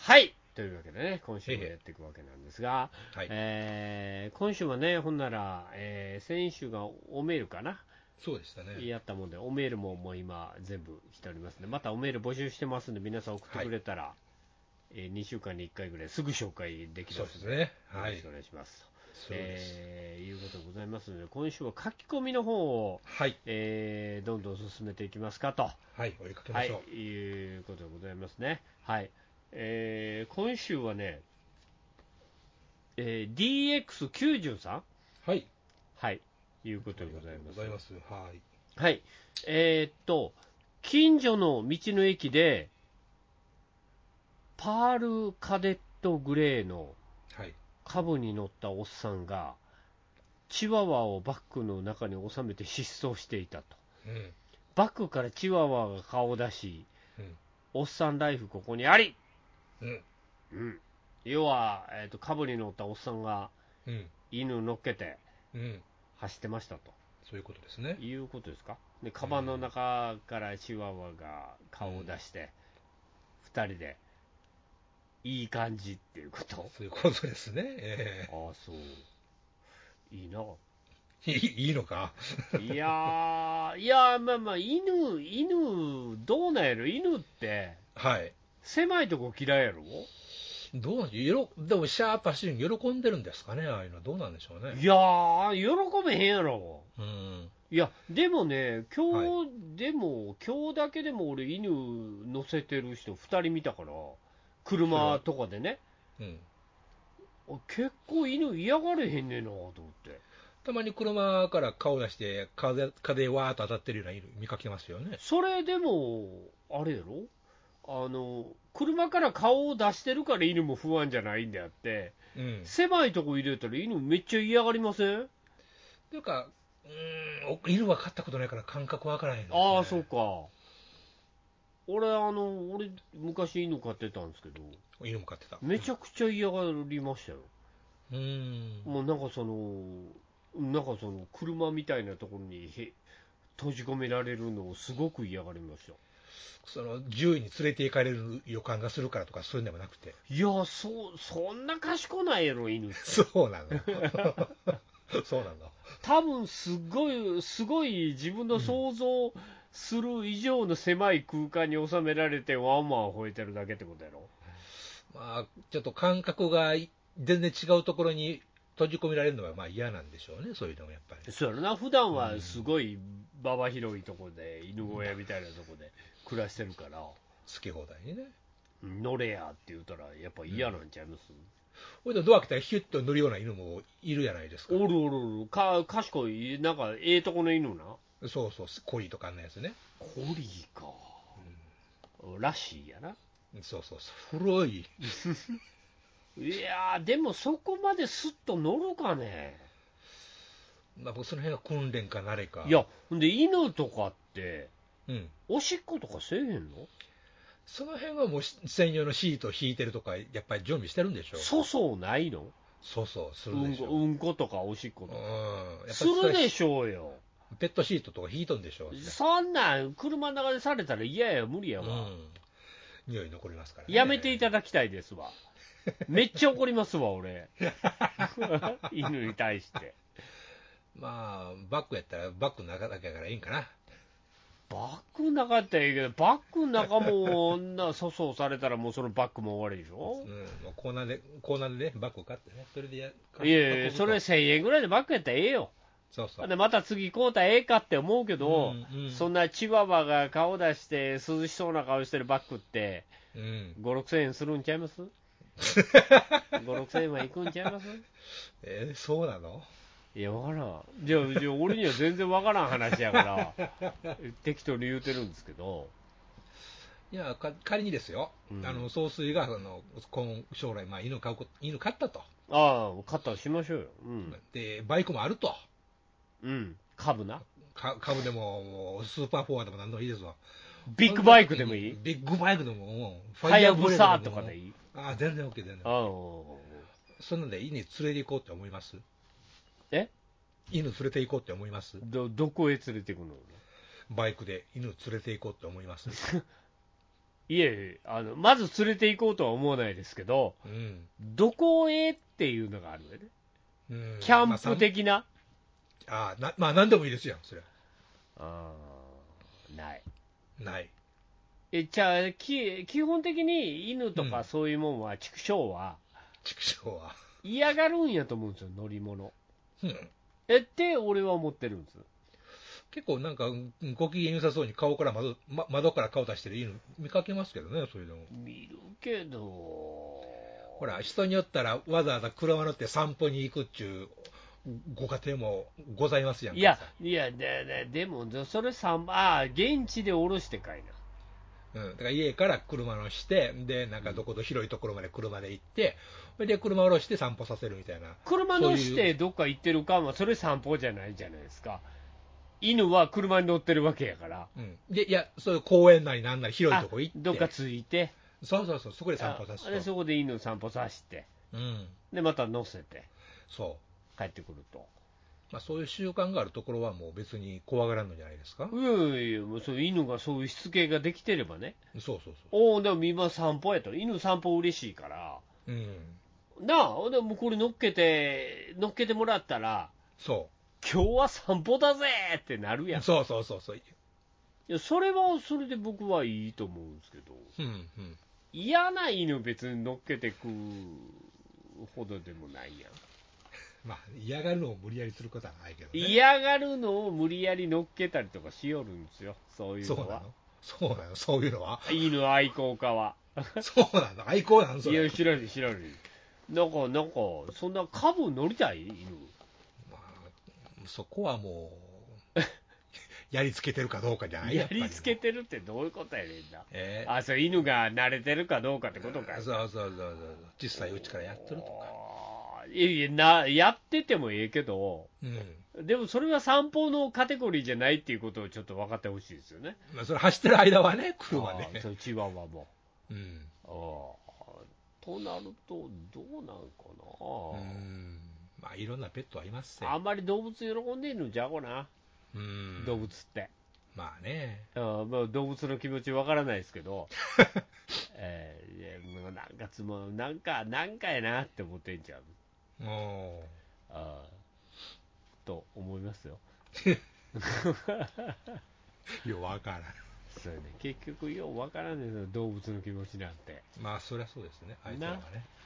[SPEAKER 2] はいというわけでね、今週もやっていくわけなんですが、
[SPEAKER 3] はい
[SPEAKER 2] えー今週はね、ほんなら、えー先週がおメールかな、
[SPEAKER 3] そうでしたね。
[SPEAKER 2] やったもんで、おメールももう今、全部来ておりますね。またおメール募集してますんで、皆さん送ってくれたら、え2週間に1回ぐらいすぐ紹介でき
[SPEAKER 3] そう
[SPEAKER 2] ま
[SPEAKER 3] ですす
[SPEAKER 2] ので、
[SPEAKER 3] ね。
[SPEAKER 2] よ
[SPEAKER 3] は
[SPEAKER 2] ろ
[SPEAKER 3] い
[SPEAKER 2] しく。お願いします。
[SPEAKER 3] そうです。
[SPEAKER 2] えーいうことでございますので、今週は書き込みの方を、
[SPEAKER 3] はい。
[SPEAKER 2] えーどんどん進めていきますかと、
[SPEAKER 3] はい。追いかけま
[SPEAKER 2] はい
[SPEAKER 3] しょう。、
[SPEAKER 2] いうことでございますね。はい。えー今週はね、えー DX93?
[SPEAKER 3] はい。
[SPEAKER 2] はい。いうことでござ
[SPEAKER 3] あ
[SPEAKER 2] います。
[SPEAKER 3] りがとうございます。はい。
[SPEAKER 2] はい。えーっと、近所の道の駅で、パールカデットグレーの
[SPEAKER 3] はい。
[SPEAKER 2] カブに乗ったおっさんが、チワワをバッグの中に収めて失踪していたと。
[SPEAKER 3] うん。
[SPEAKER 2] バッグからチワワが顔を出し、
[SPEAKER 3] うん
[SPEAKER 2] おっさんライフここにあり、
[SPEAKER 3] うん。
[SPEAKER 2] うん、要は、えー、とカブに乗ったおっさんが
[SPEAKER 3] うん。
[SPEAKER 2] 犬乗っけて
[SPEAKER 3] うん。
[SPEAKER 2] 走ってましたと
[SPEAKER 3] そういうことですね。
[SPEAKER 2] いうことですかでカバンの中からチワワが顔を出して、二人でいい感じっていうこと
[SPEAKER 3] そういうことですね。え
[SPEAKER 2] ああそういいな
[SPEAKER 3] えいいいいのか。
[SPEAKER 2] いやーいやーまあまあ犬犬どうなんやろ犬って
[SPEAKER 3] はい。
[SPEAKER 2] 狭いとこ嫌いやろ
[SPEAKER 3] どうなんでしょう喜でも、シャープ走るの喜んでるんですかね、ああいうのは。どうなんでしょうね。
[SPEAKER 2] いやー喜べへんやろ
[SPEAKER 3] うん。
[SPEAKER 2] いや、でもね、今
[SPEAKER 3] は
[SPEAKER 2] 日、でも、今日だけでも俺、犬乗せてる人2人見たから、車とかでね、
[SPEAKER 3] うん。
[SPEAKER 2] あ結構犬嫌がれへんねんなと思って、
[SPEAKER 3] たまに車から顔出して、風、風わーっと当たってるような犬見かけますよね。
[SPEAKER 2] それでも、あれやろあの、車から顔を出してるから犬も不安じゃないんであって、
[SPEAKER 3] うん。
[SPEAKER 2] 狭いとこ入れたら犬めっちゃ嫌がりません
[SPEAKER 3] というか、うーん、お犬は飼ったことないから感覚わからへん、
[SPEAKER 2] ああ、そう。か。俺、あの、俺、昔犬飼ってたんですけど、
[SPEAKER 3] 犬も飼ってた。
[SPEAKER 2] めちゃくちゃ嫌がりましたよ。
[SPEAKER 3] うーん。
[SPEAKER 2] もうなんかその、なんかその車みたいなところにへ閉じ込められるのをすごく嫌がりました。
[SPEAKER 3] その、獣医に連れて行かれる予感がするからとか、そういうのでもなく
[SPEAKER 2] (laughs)
[SPEAKER 3] て。
[SPEAKER 2] いや、そう、そんな賢ないやろ、犬って。
[SPEAKER 3] そうなの。 (laughs) そうなの。
[SPEAKER 2] 多分すごい、すごい自分の想像する以上の狭い空間に収められて、ワンワン吠えてるだけってことやろ。
[SPEAKER 3] まあ、ちょっと感覚がい全然違うところに閉じ込められるのはまあ嫌なんでしょうね、そういうのもやっぱり。
[SPEAKER 2] そうやろな、普段はすごい幅広いとこで、犬小屋みたいなとこで暮らしてるから、
[SPEAKER 3] 好き放題にね。
[SPEAKER 2] 乗れやって言うたら、やっぱ嫌なんちゃいます、
[SPEAKER 3] ほいでドア開けたらヒュッと乗るような犬もいるじゃないですか。
[SPEAKER 2] おるおるおる、か賢い、なんかええとこの犬な、
[SPEAKER 3] そうそう、コリとかのやつね。
[SPEAKER 2] コリーか、らしいやな、
[SPEAKER 3] そうそうそう、古い。
[SPEAKER 2] いやー、でもそこまですっと乗るかね、
[SPEAKER 3] まあ僕その辺が訓練か慣れか。
[SPEAKER 2] いや、ほんで犬とかって、
[SPEAKER 3] うん。
[SPEAKER 2] おしっことかせえへんの
[SPEAKER 3] その辺はもうし専用のシートを引いてるとか、やっぱり準備してるんでしょ
[SPEAKER 2] 粗相ないの
[SPEAKER 3] そうそう、す
[SPEAKER 2] う
[SPEAKER 3] る
[SPEAKER 2] ん
[SPEAKER 3] でし
[SPEAKER 2] こ
[SPEAKER 3] ょ、
[SPEAKER 2] うんことかおしっ
[SPEAKER 3] う
[SPEAKER 2] こ
[SPEAKER 3] ん
[SPEAKER 2] とか、
[SPEAKER 3] やっぱ
[SPEAKER 2] するで
[SPEAKER 3] り
[SPEAKER 2] しょうよ、
[SPEAKER 3] ペットシートとか引いとんでしょうね、
[SPEAKER 2] そんなん車の中でされたら嫌や、無理や
[SPEAKER 3] う
[SPEAKER 2] わ、
[SPEAKER 3] ん、匂い残りますから、ね、
[SPEAKER 2] やめていただきたいで
[SPEAKER 3] (laughs)
[SPEAKER 2] すわ。めっちゃ怒りますわ、俺。 (laughs) 犬に対して。
[SPEAKER 3] まあ、バックやったらバックの中だけやからいいんかな。
[SPEAKER 2] バッグなかったらいいけど、バッグの中も、な、粗相されたら、もうそのバッグも終わりでし
[SPEAKER 3] う
[SPEAKER 2] ょ
[SPEAKER 3] ん、もうコーナーで、コーナーでね、バッグ買ってね、それでや
[SPEAKER 2] いやいや、それ、1000円ぐらいでバッグやったらええよ。
[SPEAKER 3] そうそう。
[SPEAKER 2] でまた次買うたらええかって思うけど、
[SPEAKER 3] うんうん
[SPEAKER 2] そんなチワワが顔出して涼しそうな顔してるバッグって、
[SPEAKER 3] うん。
[SPEAKER 2] 5、6000円するんちゃいます
[SPEAKER 3] (laughs)
[SPEAKER 2] ?5、6000円はいくんちゃいます
[SPEAKER 3] えーそうなの
[SPEAKER 2] いや、わからん。じゃあ、じゃあ俺には全然わからん話やから、適当に言うてるんですけど。
[SPEAKER 3] いや、か仮にですよ、
[SPEAKER 2] うん
[SPEAKER 3] あの、総帥が、あの、今将来、まあ、犬飼うこと、犬飼ったと。
[SPEAKER 2] ああ、カッターしましょうよ。うん。
[SPEAKER 3] で、バイクもあると。
[SPEAKER 2] うん。株な。
[SPEAKER 3] か株でも、もうスーパーフォワードも何でもいいですわ。
[SPEAKER 2] ビッグバイクでもいい
[SPEAKER 3] ビッグバイクでも、うんフ
[SPEAKER 2] はや
[SPEAKER 3] ブ
[SPEAKER 2] ぶ
[SPEAKER 3] レード
[SPEAKER 2] さとかでい
[SPEAKER 3] い
[SPEAKER 2] い
[SPEAKER 3] ああ、全然 OK、全然
[SPEAKER 2] あ
[SPEAKER 3] OK。
[SPEAKER 2] ー
[SPEAKER 3] そんなんで、犬連れて行こうって思います
[SPEAKER 2] え
[SPEAKER 3] 犬連れて行こうって思います
[SPEAKER 2] どどこへ連れてくの
[SPEAKER 3] バイクで犬連れて行こうって思います
[SPEAKER 2] いえいえあのまず連れて行こうとは思わないですけど
[SPEAKER 3] うん。
[SPEAKER 2] どこへっていうのがあるよね
[SPEAKER 3] うん
[SPEAKER 2] キャンプ。的な、
[SPEAKER 3] まあ、さんああなまあ、なんでもいいですよ、それは。
[SPEAKER 2] あーない
[SPEAKER 3] ない。
[SPEAKER 2] えじゃあき基本的に犬と
[SPEAKER 3] う
[SPEAKER 2] か
[SPEAKER 3] ん
[SPEAKER 2] そういうもんは、畜生は
[SPEAKER 3] 畜生は。
[SPEAKER 2] 嫌がるんやと思うんですよ乗り物
[SPEAKER 3] うん
[SPEAKER 2] えって俺は思ってるんです
[SPEAKER 3] 結構なんか、うんご機嫌良さそうに顔から窓、ま、窓から顔出してる犬見かけますけどね、それでも。
[SPEAKER 2] 見るけど
[SPEAKER 3] ほら、人によったらわざわざ車乗って散歩に行くっちゅうご家庭もございますやんか
[SPEAKER 2] いや、いやでででもそれさんあー現地で降ろしてかいな
[SPEAKER 3] うん、だから家から車乗して、で、なんかどこど広いところまで車で行って、それで車降ろして散歩させるみたいな。
[SPEAKER 2] 車乗し
[SPEAKER 3] そうい
[SPEAKER 2] てどっか行ってるかもそれ散歩じゃないじゃないですか犬は車に乗ってるわけやから
[SPEAKER 3] うん。で、いや、そういう公園なりなんなり広い
[SPEAKER 2] あ
[SPEAKER 3] とこ行って、
[SPEAKER 2] どっかついて
[SPEAKER 3] そうそうそう、そこで散歩させ
[SPEAKER 2] あで
[SPEAKER 3] て。
[SPEAKER 2] そこで犬散歩させて
[SPEAKER 3] うん。
[SPEAKER 2] でまた乗せて
[SPEAKER 3] そう。
[SPEAKER 2] 帰ってくると
[SPEAKER 3] まあ、そういう習慣があるところはもう別に怖がらんのじゃないですか。
[SPEAKER 2] いやいやいやもうそう犬がそういうしつけができてればね
[SPEAKER 3] そうそうそ
[SPEAKER 2] おおでも今散歩やと犬散歩嬉しいから
[SPEAKER 3] う。うん。
[SPEAKER 2] なあでもこれ乗っけて乗っけてもらったら
[SPEAKER 3] そ
[SPEAKER 2] 今日は散歩だぜってなる
[SPEAKER 3] う。
[SPEAKER 2] やん
[SPEAKER 3] そうそうそうそう。
[SPEAKER 2] いやそれはそれで僕はいいと思うんですけど
[SPEAKER 3] うんうん。
[SPEAKER 2] 嫌な犬別に乗っけてくほどでもないやん
[SPEAKER 3] まあ、嫌がるのを無理やりすることはないけどね。
[SPEAKER 2] 嫌がるのを無理やり乗っけたりとかしよるんですよそういう
[SPEAKER 3] そう
[SPEAKER 2] の
[SPEAKER 3] な
[SPEAKER 2] は
[SPEAKER 3] のそうなのそういうのは
[SPEAKER 2] 犬愛好家は
[SPEAKER 3] そうなの愛好なのそ
[SPEAKER 2] いや
[SPEAKER 3] れ。
[SPEAKER 2] 知らない知らないなんかなんかそんな株乗りたい犬
[SPEAKER 3] まあ、そこはもう、やりつけてるかどうかじゃない
[SPEAKER 2] や
[SPEAKER 3] っぱ
[SPEAKER 2] りつけてるってどういうことやねんな
[SPEAKER 3] えー
[SPEAKER 2] あそう犬が慣れてるかどうかってことか
[SPEAKER 3] そうそうそうそう。小さいうちからやってるとか。
[SPEAKER 2] あーいやいやなやっててもええけど
[SPEAKER 3] うん。
[SPEAKER 2] でもそれは散歩のカテゴリーじゃないっていうことをちょっと分かってほしいですよね。
[SPEAKER 3] まあ、それ走ってる間はね、車
[SPEAKER 2] あー
[SPEAKER 3] で
[SPEAKER 2] そ。うチワワも。
[SPEAKER 3] うん。
[SPEAKER 2] あーとなると、どう
[SPEAKER 3] う
[SPEAKER 2] なんか
[SPEAKER 3] ん。まあ、いろんなペットはいますせ
[SPEAKER 2] な、あんまり動物喜んでんのじゃこな、
[SPEAKER 3] うん。
[SPEAKER 2] 動物って。
[SPEAKER 3] まあね。
[SPEAKER 2] あーまあ、動物の気持ち分からないですけ (laughs) ど、えーいやもうなんかつまんなんか、なんかやなって思ってんじゃん。
[SPEAKER 3] おー
[SPEAKER 2] あーと思いますよ。
[SPEAKER 3] ようわからん。
[SPEAKER 2] そうやね、結局、よう分からんねんな動物の気持ちなんて。
[SPEAKER 3] まあ、そりゃそうですね。相手はね。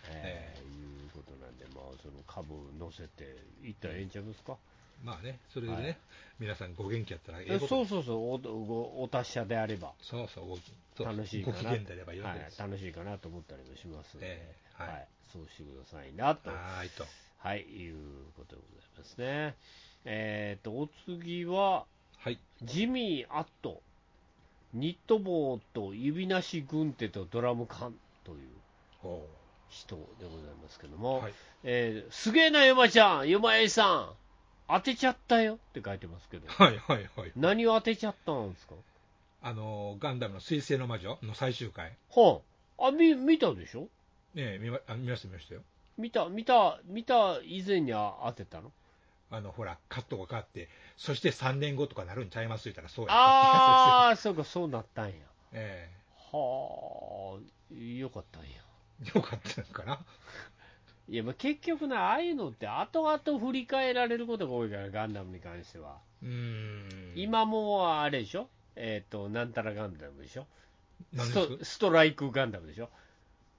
[SPEAKER 2] えーいうことなんで、まあ、その株乗せていったらええんちゃいますか、
[SPEAKER 3] まあね、それでね、
[SPEAKER 2] はい
[SPEAKER 3] 皆さんご元気やったらええ
[SPEAKER 2] え
[SPEAKER 3] こと
[SPEAKER 2] そうそうそう、おごお達者であれば、
[SPEAKER 3] そうそうごそう
[SPEAKER 2] 楽しいか
[SPEAKER 3] ご
[SPEAKER 2] な
[SPEAKER 3] 機嫌であればいいわ
[SPEAKER 2] は
[SPEAKER 3] け
[SPEAKER 2] い
[SPEAKER 3] です。、は
[SPEAKER 2] 楽しいかなと思ったりもしますので、
[SPEAKER 3] ええはい
[SPEAKER 2] そうしてくださいなと、
[SPEAKER 3] ーいと。
[SPEAKER 2] はい、いうことでございますね。えっとお次は、
[SPEAKER 3] はい。
[SPEAKER 2] ジミー・アット、ニット帽と指なし軍手とドラム缶という
[SPEAKER 3] おお
[SPEAKER 2] 人でございますけども。
[SPEAKER 3] ー。はい。
[SPEAKER 2] えーすげえな、ヨマちゃん、ヨマエイさん、当てちゃったよって書いてますけ
[SPEAKER 3] (laughs)
[SPEAKER 2] ど、
[SPEAKER 3] はいはいはい。
[SPEAKER 2] 何を当てちゃったんですか
[SPEAKER 3] あのー、ガンダムの水星の魔女の最終回。
[SPEAKER 2] はあ、あ見見たでしょ
[SPEAKER 3] ねえ、見まあ見ました見ましたよ。
[SPEAKER 2] 見た、見た、見た以前にあ当てたの
[SPEAKER 3] あの、ほら、カットが変わって、そして3年後とかなるんちゃいます言ったらそうやった (laughs)
[SPEAKER 2] ああ、そうか、そうなったんや。
[SPEAKER 3] 気がする。え
[SPEAKER 2] はあ、よかったんや。
[SPEAKER 3] えよかったのかな。
[SPEAKER 2] いや、まあ、結局な、ああいうのって後々振り返られることが多いから、ガンダムに関しては。
[SPEAKER 3] うーん。、
[SPEAKER 2] 今もはあれでしょえっ、と、なんたらガンダムでしょ
[SPEAKER 3] 何
[SPEAKER 2] ス
[SPEAKER 3] です
[SPEAKER 2] トストライクガンダムでしょ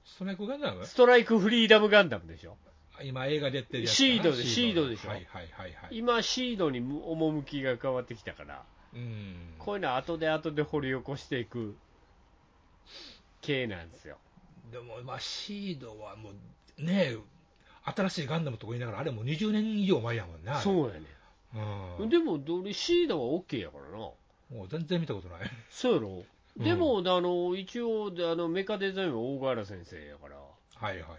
[SPEAKER 3] ストライクガンダム
[SPEAKER 2] ストライクフリーダムガンダムでしょ
[SPEAKER 3] 今映画でやってるやつかな。
[SPEAKER 2] シードでシードでしょ
[SPEAKER 3] はいはいはいはい。
[SPEAKER 2] 今シードに趣が変わってきたから
[SPEAKER 3] うん。
[SPEAKER 2] こういうのは後で後で掘り起こしていく系なんですよ
[SPEAKER 3] でも、まあ、シードはもう、ねえ、新しいガンダムとか言いながら、あれもう20年以上前やもんな。う。
[SPEAKER 2] そうやね、
[SPEAKER 3] うん。
[SPEAKER 2] でも俺シードは OK やからな
[SPEAKER 3] もう全然見たことない。
[SPEAKER 2] そうやろ
[SPEAKER 3] うん
[SPEAKER 2] でも、あの一応あのメカデザインは大河原先生やから
[SPEAKER 3] はいはいはい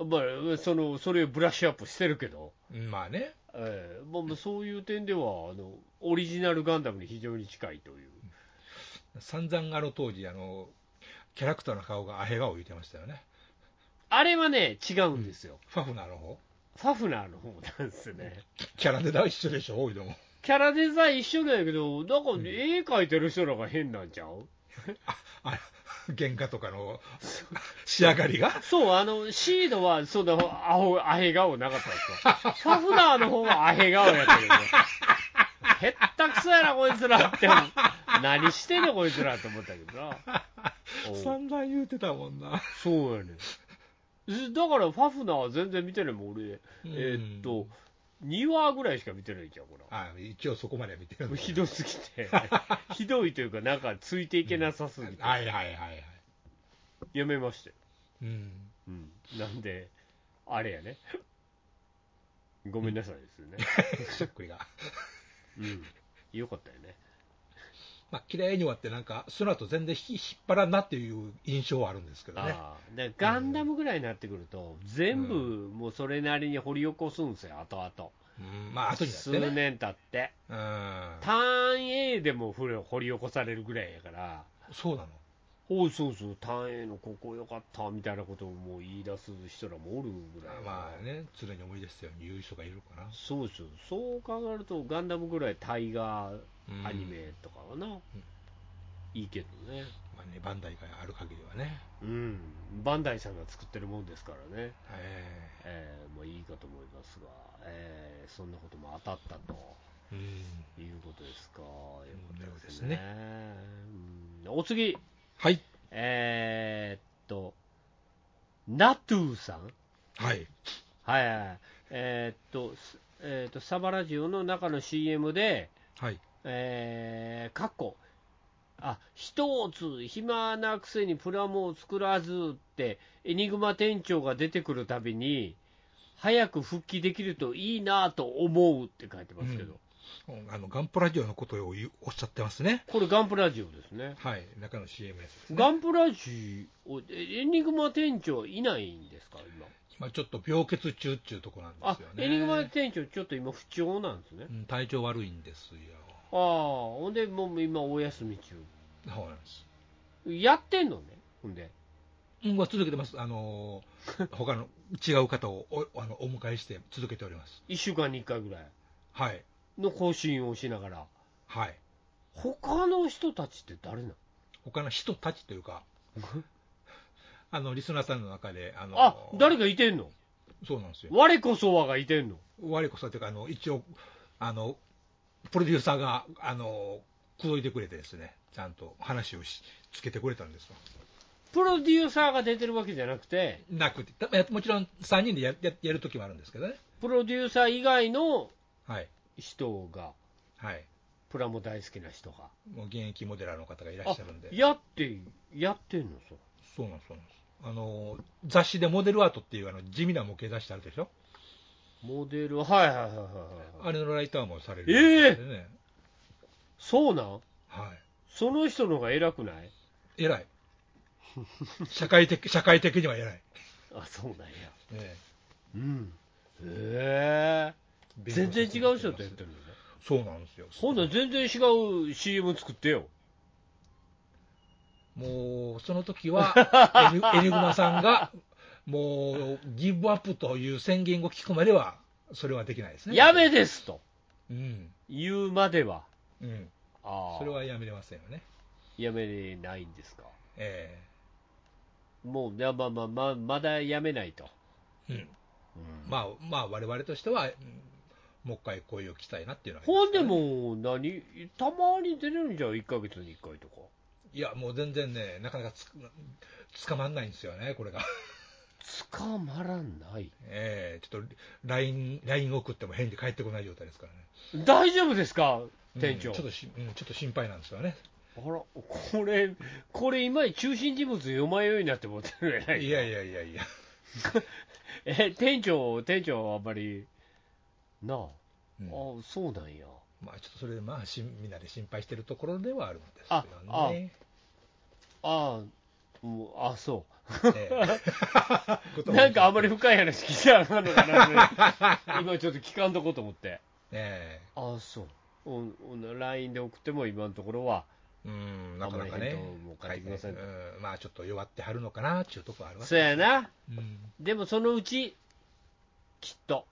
[SPEAKER 2] まあ、そのそれをブラッシュアップしてるけど、
[SPEAKER 3] うん。まあね、
[SPEAKER 2] ええまあまあ、そういう点ではあのオリジナルガンダムに非常に近いという
[SPEAKER 3] 散々あの当時、あの、キャラクターの顔がアヘ顔言ってましたよね。
[SPEAKER 2] あれはね、違うんですよ。
[SPEAKER 3] ファフナーの方
[SPEAKER 2] ファフナーの方なんですね。
[SPEAKER 3] キャラで大一緒でしょ、多いのも。
[SPEAKER 2] キャラデザイン一緒だけど、なんか絵描いてる人らが変なんちゃう
[SPEAKER 3] あ原画とかの仕上がりが
[SPEAKER 2] そう、あの、シードは、そんな、アホ、アヘ顔なかったんですよ。ファフナーの方はアヘ顔やったけどね。へったくそやな、こいつらって。何してんの、こいつらって思ったけどな。おう
[SPEAKER 3] 散々言うてたもんな。
[SPEAKER 2] そうやねんだから、ファフナーは全然見てないもん、俺。えーっと、2話ぐらいしか見てないじゃん、これ。
[SPEAKER 3] あ一応そこまでは見てるんだけ
[SPEAKER 2] ひどすぎて、 (laughs) ひどいというか、なんかついていけなさすぎて、
[SPEAKER 3] はいはいはいはい。
[SPEAKER 2] やめましたよ、
[SPEAKER 3] うん。
[SPEAKER 2] うん、なんで、あれやね、ごめんなさいですよね、
[SPEAKER 3] (laughs) そっくりが。
[SPEAKER 2] うん、よかったよね、
[SPEAKER 3] まあ、綺麗に終わって、なんか、その後全然引引っ張らんなっていう印象はあるんですけどね。
[SPEAKER 2] ああだからガンダムぐらいになってくると、全部もうそれなりに掘り起こすんですよ、後々、
[SPEAKER 3] うん、まあ、後になって
[SPEAKER 2] 数
[SPEAKER 3] ね。
[SPEAKER 2] 年経って、
[SPEAKER 3] うん。
[SPEAKER 2] 単位 A でも掘り掘り起こされるぐらいやから。
[SPEAKER 3] そうなの。
[SPEAKER 2] おうそうそう、単位のここ良かったみたいなことをもう言い出す人らもおるぐらいやから
[SPEAKER 3] まあね、常に思い出してように言う人がいるかな。
[SPEAKER 2] そうですよそう考えると、ガンダムぐらいタイガーアニメとかはな、いいけどね、
[SPEAKER 3] まあね、バンダイがある限りはね。
[SPEAKER 2] うん、バンダイさんが作ってるもんですからね、
[SPEAKER 3] え
[SPEAKER 2] えーまあ、いいかと思いますが、えーそんなことも当たったと
[SPEAKER 3] え
[SPEAKER 2] いうことですか、よかったです
[SPEAKER 3] よ
[SPEAKER 2] ね
[SPEAKER 3] う。
[SPEAKER 2] うんお次、
[SPEAKER 3] はい。
[SPEAKER 2] えー、っと、ナトゥーさん
[SPEAKER 3] はい。
[SPEAKER 2] はいはいはい、えーっと、すえーっと、サバラジオの中の CM で、
[SPEAKER 3] はい。
[SPEAKER 2] えー、かっこ、あ、一つ暇なくせにプラモを作らずって、エニグマ店長が出てくるたびに、早く復帰できるといいなと思うって書いてますけど、
[SPEAKER 3] うあの、ガンプラジオのことを言うおっしゃってますね。
[SPEAKER 2] これガンプラジオですね。
[SPEAKER 3] はい。中の CM やつですね。
[SPEAKER 2] ガンプラジオ、えエニグマ店長いないんですか、今。
[SPEAKER 3] 今ちょっと病欠中っていうとこなんで
[SPEAKER 2] あ
[SPEAKER 3] すよ、ね。
[SPEAKER 2] エニグマ店長ちょっと今不調なんですね
[SPEAKER 3] う。ん、体調悪いんですよ。
[SPEAKER 2] ああ、ほんでもう今お休み中。
[SPEAKER 3] そうなんです。
[SPEAKER 2] やってんのね、ほんで。
[SPEAKER 3] うん、は続けてます。あのー (laughs) 他の違う方をおあのお迎えして続けております。
[SPEAKER 2] 1週間に1回ぐらい
[SPEAKER 3] はい。
[SPEAKER 2] の更新をしながら。
[SPEAKER 3] はい。
[SPEAKER 2] 他の人たちって誰なの
[SPEAKER 3] 他の人たちというか、あの、リスナーさんの中で、あのー
[SPEAKER 2] あ、誰がいてんの
[SPEAKER 3] そうなんですよ。
[SPEAKER 2] 我こそはがいてんの
[SPEAKER 3] 我こそというか、あの、一応、あの、プロデューサーが、あの、口説いてくれてですね、ちゃんと話をしつけてくれたんですよ。
[SPEAKER 2] プロデューサーが出てるわけじゃなくて、
[SPEAKER 3] なくて、たいやもちろん3人でやややるときもあるんですけどね。
[SPEAKER 2] プロデューサー以外の
[SPEAKER 3] はい。
[SPEAKER 2] 人が、
[SPEAKER 3] はい。
[SPEAKER 2] プラモ大好きな人が。
[SPEAKER 3] もう現役モデラーの方がいらっ
[SPEAKER 2] あ
[SPEAKER 3] しゃるんで。
[SPEAKER 2] やって、やってんのそれ
[SPEAKER 3] そうなんです、そうなんです。あの、雑誌でモデルアートっていうあの地味な模型雑誌あるでしょ
[SPEAKER 2] モデル、はいはいはいはいはい。
[SPEAKER 3] あれのライターもされる、
[SPEAKER 2] ええ
[SPEAKER 3] でね。
[SPEAKER 2] そうなん
[SPEAKER 3] は
[SPEAKER 2] その人の方が偉くない
[SPEAKER 3] い。偉い。社会的、社会的には偉い。
[SPEAKER 2] あ、そうなんや。
[SPEAKER 3] ええ
[SPEAKER 2] うん。へえ。全然違う人とやってるのね。
[SPEAKER 3] そうなんですよ。
[SPEAKER 2] ほんなら全然違う CM 作ってよ。
[SPEAKER 3] もう、その時は、エニエ
[SPEAKER 2] (laughs)
[SPEAKER 3] ニグマさんが、もう、ギブアップという宣言を聞くまでは、それはできないですね。
[SPEAKER 2] やめですと
[SPEAKER 3] うん。
[SPEAKER 2] 言うまでは。
[SPEAKER 3] うん。
[SPEAKER 2] ああ。
[SPEAKER 3] それはやめれませんよね。
[SPEAKER 2] やめれないんですか。
[SPEAKER 3] え
[SPEAKER 2] もう、まあまあまあまあ、まだやめないと。
[SPEAKER 3] えまあ、まあ、我々としては、うんもう一回こういう来たいなっていうのはありま
[SPEAKER 2] ほ
[SPEAKER 3] す
[SPEAKER 2] ん
[SPEAKER 3] け
[SPEAKER 2] で
[SPEAKER 3] どね、
[SPEAKER 2] もう何、たまに出れるんじゃん、1ヶ月に1回とか。
[SPEAKER 3] いや、もう全然ね、なかなかつ捕まんないんですよね、これが。
[SPEAKER 2] 捕まらない。
[SPEAKER 3] ええちょっと、LINE、LINE 送っても返事返ってこない状態ですからね。
[SPEAKER 2] 大丈夫ですか店
[SPEAKER 3] う
[SPEAKER 2] 長、
[SPEAKER 3] んちょっとし、うんちょっと心配なんですよね。
[SPEAKER 2] あら、これ、これ今中心人物読まようになって思ってるじゃない
[SPEAKER 3] いやいやいやいや。
[SPEAKER 2] え、店長、店長はあんまり、なあ、
[SPEAKER 3] うん
[SPEAKER 2] ああ、そうなんや。
[SPEAKER 3] まあちょっとそれでまあしみんなで心配してるところではあるんです
[SPEAKER 2] あ
[SPEAKER 3] よね。
[SPEAKER 2] ああ、もう、あそ
[SPEAKER 3] え
[SPEAKER 2] う。
[SPEAKER 3] え
[SPEAKER 2] (laughs) なんかあんまり深い話聞いてあかんのかな (laughs) って、今ちょっと聞かんとこと思って。
[SPEAKER 3] ええ
[SPEAKER 2] ああ、そう。おお LINE で送っても今のところは、
[SPEAKER 3] うん、なかなかね
[SPEAKER 2] 守れへんともう、帰ってきませんと
[SPEAKER 3] うんまあちょっと弱ってはるのかなっていうところあるわけ
[SPEAKER 2] そうやな。
[SPEAKER 3] うん、
[SPEAKER 2] でもそのうち、きっと、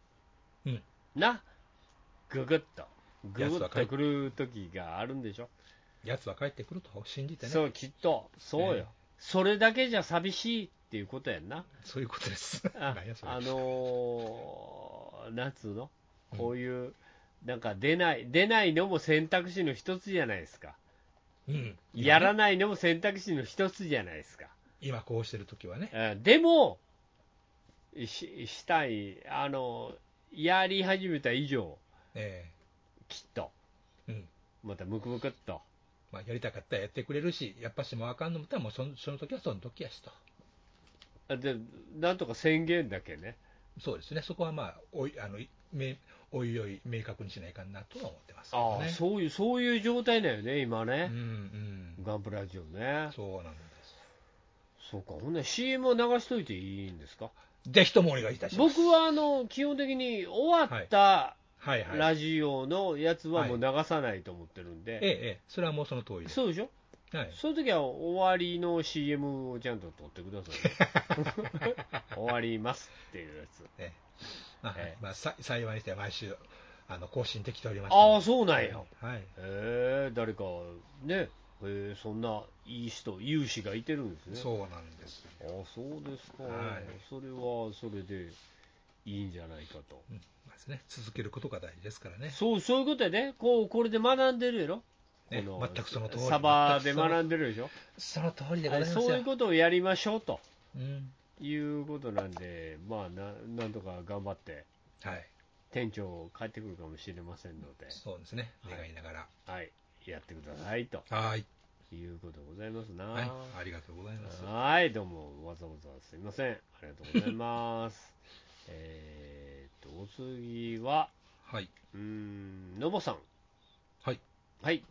[SPEAKER 3] うん
[SPEAKER 2] な、ぐぐっと、ぐ
[SPEAKER 3] やつ
[SPEAKER 2] ぐっ
[SPEAKER 3] は
[SPEAKER 2] とくる時があるんでしょ。
[SPEAKER 3] やつは帰ってくると信じてね、
[SPEAKER 2] そう、きっと、そうよ、
[SPEAKER 3] ええ
[SPEAKER 2] それだけじゃ寂しいっていうことやんな。
[SPEAKER 3] そういうことです。
[SPEAKER 2] あ
[SPEAKER 3] (laughs) 何やそれ
[SPEAKER 2] あのー、なんつうのこういう、なんか出ない、出ないのも選択肢の一つじゃないですか。
[SPEAKER 3] うん、
[SPEAKER 2] やらないのも選択肢の一つじゃないですか。
[SPEAKER 3] 今こうしてる時はね、
[SPEAKER 2] うんでも、ししたい、あの、やり始めた以上、
[SPEAKER 3] え
[SPEAKER 2] きっと、
[SPEAKER 3] えうん
[SPEAKER 2] またムクムクっと、
[SPEAKER 3] まあ、やりたかったらやってくれるし、やっぱしもうあかんのもったらもうそのその時はその時やしと、
[SPEAKER 2] あでなんとか宣言だけね、
[SPEAKER 3] そうですね、そこはまあ、おいあのいめおいおい明確にしないかなとは思ってますけ
[SPEAKER 2] あ
[SPEAKER 3] ど
[SPEAKER 2] あ
[SPEAKER 3] ね。
[SPEAKER 2] そういうそういう状態だよね、今
[SPEAKER 3] う
[SPEAKER 2] ね
[SPEAKER 3] ん、うん、
[SPEAKER 2] ガンプラジオね、
[SPEAKER 3] そうなんです。
[SPEAKER 2] そうか、ほんなら CM を流しといていいんですか、
[SPEAKER 3] ぜひともお願いいたします。
[SPEAKER 2] 僕はあの基本的に終わった
[SPEAKER 3] はいはい。
[SPEAKER 2] ラジオのやつはもう流さないと思ってるん
[SPEAKER 3] ええ、
[SPEAKER 2] で、
[SPEAKER 3] ええ、それはもうその通りです。
[SPEAKER 2] そうでしょ、
[SPEAKER 3] はい、
[SPEAKER 2] その時は終わりの CM をちゃんと撮ってくだ
[SPEAKER 3] (laughs)
[SPEAKER 2] さい。終わりますっていうやつ。
[SPEAKER 3] ええまあ、
[SPEAKER 2] ええ
[SPEAKER 3] まあ、さ幸いにして毎週あの更新できております
[SPEAKER 2] ああ、
[SPEAKER 3] う
[SPEAKER 2] そうなんや。
[SPEAKER 3] はい。
[SPEAKER 2] えー、誰か、ね、えー、そんないい人、有志がいてるんですね。
[SPEAKER 3] そうなんです。
[SPEAKER 2] ああ、そうですか、
[SPEAKER 3] はい
[SPEAKER 2] それはそれでいいんじゃないかと。
[SPEAKER 3] うんまあね、続けることが大事ですからね。
[SPEAKER 2] そう、そういうことやね。こう、これで学んでるやろ。
[SPEAKER 3] ね
[SPEAKER 2] この
[SPEAKER 3] 全くその通り
[SPEAKER 2] サバで学んでるでしょ。
[SPEAKER 3] その通りでご
[SPEAKER 2] は
[SPEAKER 3] ざい
[SPEAKER 2] い
[SPEAKER 3] ますよ。
[SPEAKER 2] そういうことをやりましょうと
[SPEAKER 3] うん。
[SPEAKER 2] いうことなんで、まあ、ななんとか頑張って。
[SPEAKER 3] はい。
[SPEAKER 2] 店長帰ってくるかもしれませんので、
[SPEAKER 3] そうですね。
[SPEAKER 2] はい
[SPEAKER 3] 願いながら。
[SPEAKER 2] はい、やってくださいと
[SPEAKER 3] はい。
[SPEAKER 2] いうことでございますな。
[SPEAKER 3] はい。ありがとうございます。
[SPEAKER 2] はい、どうもわざわざすいません。ありがとうございます。 (laughs) えーっと、お次は、
[SPEAKER 3] はい。
[SPEAKER 2] うーん、のぼさん。
[SPEAKER 3] はい。
[SPEAKER 2] はい。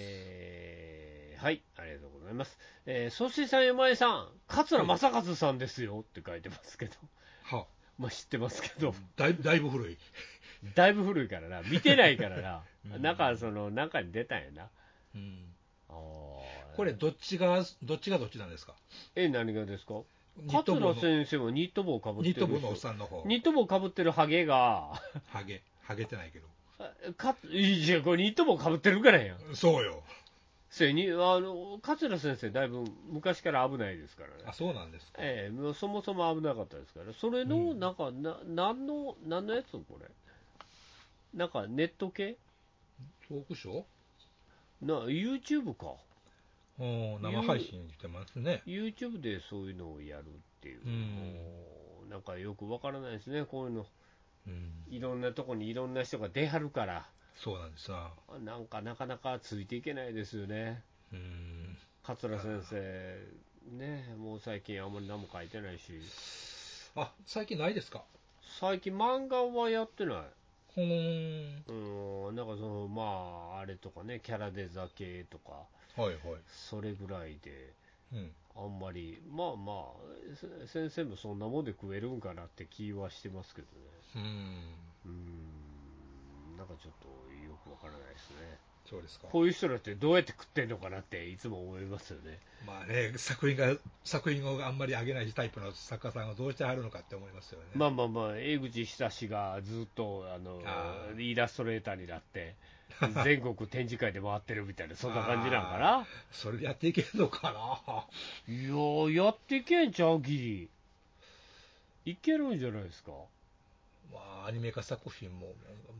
[SPEAKER 2] えー、はい、ありがとうございます。えー、そしてさん、山井さん、桂正和さんですよって書いてますけど、 (laughs)
[SPEAKER 3] は
[SPEAKER 2] まあ知ってますけど。
[SPEAKER 3] だいだいぶ古い。
[SPEAKER 2] だいぶ古いからな、見てないからな、
[SPEAKER 3] (laughs) うん
[SPEAKER 2] なんかその、中に出たんやな。
[SPEAKER 3] うん。
[SPEAKER 2] こ
[SPEAKER 3] これ、、どっちが、どっちがどっちなんですか
[SPEAKER 2] え、何がですか
[SPEAKER 3] ニット帽
[SPEAKER 2] 桂
[SPEAKER 3] の、
[SPEAKER 2] 先生はニット帽かぶって
[SPEAKER 3] ニ
[SPEAKER 2] る
[SPEAKER 3] ット
[SPEAKER 2] 人
[SPEAKER 3] 帽のおっさんの方。
[SPEAKER 2] ニット帽かぶってるハゲが、 (laughs)
[SPEAKER 3] ハゲ。ハゲてないけど。
[SPEAKER 2] かいや、これニット帽かぶってるからやん。
[SPEAKER 3] そうよ。
[SPEAKER 2] せに、あの、桂先生、だいぶ昔から危ないですから
[SPEAKER 3] あ、
[SPEAKER 2] ね。
[SPEAKER 3] そうなんですか。
[SPEAKER 2] ええもうそもそも危なかったですから、それの、
[SPEAKER 3] うん
[SPEAKER 2] なんか、な、なんの、なんのやつこれ。なんか、ネット系
[SPEAKER 3] トークショー
[SPEAKER 2] な、YouTube か。
[SPEAKER 3] うん生配信してますね。
[SPEAKER 2] YouTube でそういうのをやるっていう、
[SPEAKER 3] うん
[SPEAKER 2] もうなんかよくわからないですね、こういうの、
[SPEAKER 3] うん。
[SPEAKER 2] いろんなとこにいろんな人が出はるから、
[SPEAKER 3] そうなんですな。
[SPEAKER 2] なんかなかなかついていけないですよね、
[SPEAKER 3] うん。
[SPEAKER 2] 桂先生、ね、もう最近あんまり何も書いてないし、
[SPEAKER 3] あ、最近ないですか
[SPEAKER 2] 最近漫画はやってない。
[SPEAKER 3] ほーん。
[SPEAKER 2] うん、なんかその、まあ、あれとかね、キャラデザ系とか、
[SPEAKER 3] はいはい。
[SPEAKER 2] それぐらいで、
[SPEAKER 3] うん。
[SPEAKER 2] あんまり、まあまあ、せ先生もそんなもんで食えるんかなって気はしてますけどね。
[SPEAKER 3] うん。
[SPEAKER 2] うーんなんかちょっとよくわからないですね。
[SPEAKER 3] そうですか。
[SPEAKER 2] こういう人だってどうやって食ってんのかなっていつも思いますよね。
[SPEAKER 3] まあね、作品が、作品をあんまり上げないタイプの作家さんがどうしてあるのかって思いますよね。
[SPEAKER 2] まあまあまあ、江口久志がずっとあの
[SPEAKER 3] あー
[SPEAKER 2] イラストレーターにな (laughs) って、全国展示会で回ってるみたいな、そんな感じなんか
[SPEAKER 3] あ
[SPEAKER 2] な。
[SPEAKER 3] それでやっていけるのかない (laughs)
[SPEAKER 2] やー、やっていけんちゃう、ギリ。いけるんじゃないですか。
[SPEAKER 3] まあ、アニメ化作品も、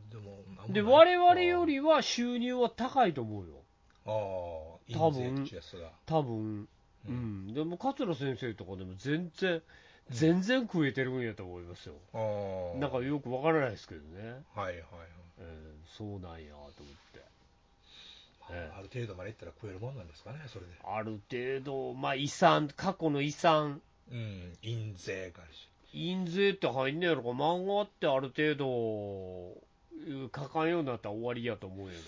[SPEAKER 3] でも、あんまり
[SPEAKER 2] で、我々よ、りは収入は高いと思うよ。
[SPEAKER 3] ああ、いい
[SPEAKER 2] 多分
[SPEAKER 3] ぜ、やつが。
[SPEAKER 2] 多分う
[SPEAKER 3] うん
[SPEAKER 2] ん、でも桂先生とかでも全然、
[SPEAKER 3] うん
[SPEAKER 2] 全然食えてるんやと思いますよ、
[SPEAKER 3] ああ。
[SPEAKER 2] なんか
[SPEAKER 3] はい
[SPEAKER 2] よくわからないですけどね、
[SPEAKER 3] はいはい。
[SPEAKER 2] えーそうなんやと思って、ええ
[SPEAKER 3] ある程度までいったら食えるもんなんですかね、それで。
[SPEAKER 2] ある程度、まあ、遺産、過去の遺産、
[SPEAKER 3] うん、印税があるし。
[SPEAKER 2] 印税って入んねやろか、漫画ってある程度、うん書かんようになったら終わりやと思うんやけ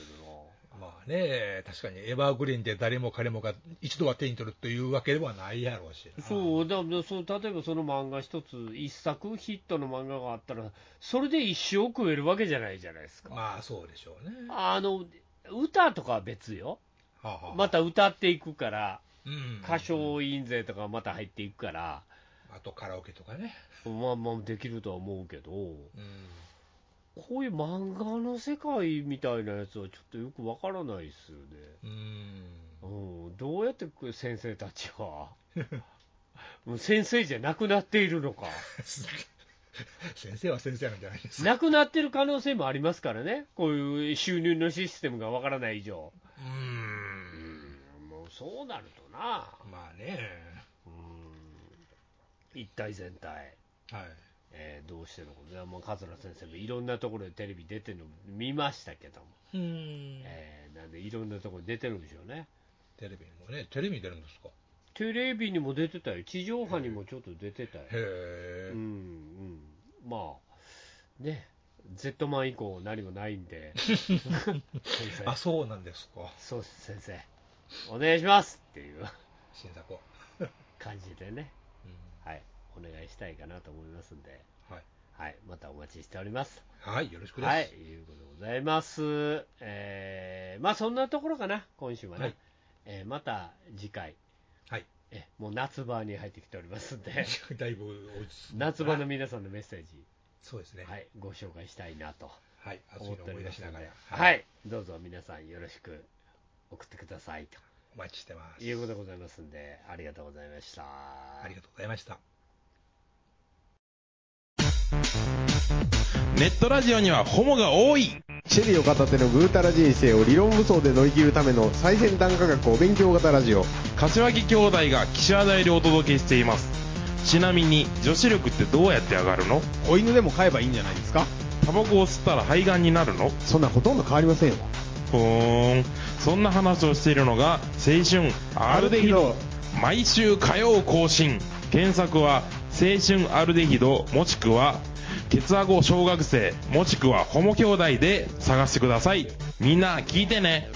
[SPEAKER 3] まあね、確かにエバーグリーンで誰も彼もが一度は手に取るというわけではないやろうしな。
[SPEAKER 2] どな、そうだからそう例えばその漫画一つ、一作ヒットの漫画があったら、それで一生食えるわけじゃないじゃないですか。
[SPEAKER 3] まあそうでしょうね。
[SPEAKER 2] あの歌とかは別よ、
[SPEAKER 3] あはあはあ
[SPEAKER 2] ま、た歌っていくから、
[SPEAKER 3] うん
[SPEAKER 2] 歌唱印税とかまた入っていくから、
[SPEAKER 3] あとカラオケとかね、
[SPEAKER 2] まあまあできるとは思うけど、こ
[SPEAKER 3] うん、
[SPEAKER 2] ういう漫画の世界みたいなやつはちょっとよくわからないですよね。
[SPEAKER 3] うん、 (laughs)
[SPEAKER 2] うん、どうやってこう先生たちは、もう先生じゃなくなっているのか、
[SPEAKER 3] 先生は先生なんじゃないですか、
[SPEAKER 2] なくなってる可能性もありますからね、こういう収入のシステムがわからない以上。
[SPEAKER 3] うん、
[SPEAKER 2] もうそうなるとな、
[SPEAKER 3] まあね、
[SPEAKER 2] うん、一体全体、
[SPEAKER 3] はい、
[SPEAKER 2] えーどうしてのことね、もう桂先生もいろんなところでテレビ出てるの見ましたけども、
[SPEAKER 3] うん
[SPEAKER 2] えーなんでいろんなところに出てるんでしょうね。
[SPEAKER 3] テレビにもね、テレビに出るんですか、
[SPEAKER 2] テレビにも出てたよ、地上波にもちょっと出てたよ。
[SPEAKER 3] へ
[SPEAKER 2] う
[SPEAKER 3] え、
[SPEAKER 2] んうん、まあ、ね、Z マン以降、何もない
[SPEAKER 3] (laughs)
[SPEAKER 2] んで、先
[SPEAKER 3] あ
[SPEAKER 2] 生、
[SPEAKER 3] そうなんですか、
[SPEAKER 2] そうです、先生、お願いしますっていう
[SPEAKER 3] 新作は、
[SPEAKER 2] 感じでね、
[SPEAKER 3] うん
[SPEAKER 2] はい、お願いしたいかなと思いますんで、
[SPEAKER 3] はい、
[SPEAKER 2] はい、またお待ちしております。
[SPEAKER 3] はい、よろしくです。
[SPEAKER 2] はい、いうことでございます。えーまあ、そんなところかな、今週はね。
[SPEAKER 3] はい
[SPEAKER 2] えーまた次回、
[SPEAKER 3] はい
[SPEAKER 2] えもう夏場に入ってきておりますんで、
[SPEAKER 3] (laughs)
[SPEAKER 2] (laughs)
[SPEAKER 3] だいぶ落ち着いた
[SPEAKER 2] 夏場の皆さんのメッセージ、
[SPEAKER 3] そうですね。は。
[SPEAKER 2] はいい、ご紹介したいなと。
[SPEAKER 3] 熱い
[SPEAKER 2] 思
[SPEAKER 3] の
[SPEAKER 2] ってお
[SPEAKER 3] 思
[SPEAKER 2] り
[SPEAKER 3] い
[SPEAKER 2] ま
[SPEAKER 3] 出
[SPEAKER 2] す
[SPEAKER 3] し
[SPEAKER 2] の
[SPEAKER 3] な
[SPEAKER 2] で
[SPEAKER 3] がら。。
[SPEAKER 2] はいい、どうぞ皆さんよろしく送ってくださいと
[SPEAKER 3] お待ちしてます。
[SPEAKER 2] いうことでございますんで、ありがとうございました。
[SPEAKER 3] ありがとうございました。
[SPEAKER 4] ネットラジオにはホモが多い
[SPEAKER 5] シェリーを片手のぐうたら人生を理論武装で乗り切るための最先端科学お勉強型ラジオ
[SPEAKER 4] 柏木兄弟が岸和田よりお届けしていますちなみに女子力ってどうやって上がるの
[SPEAKER 5] 子犬でも飼えばいいんじゃないですか
[SPEAKER 4] タバコを吸ったら肺がんになるの
[SPEAKER 5] そんなほとんど変わりませんよ
[SPEAKER 4] ふーんそんな話をしているのが青春アルデヒド毎週火曜更新検索は青春アルデヒドもしくはケツアゴ小学生もしくはホモ兄弟で探してくださいみんな聞いてね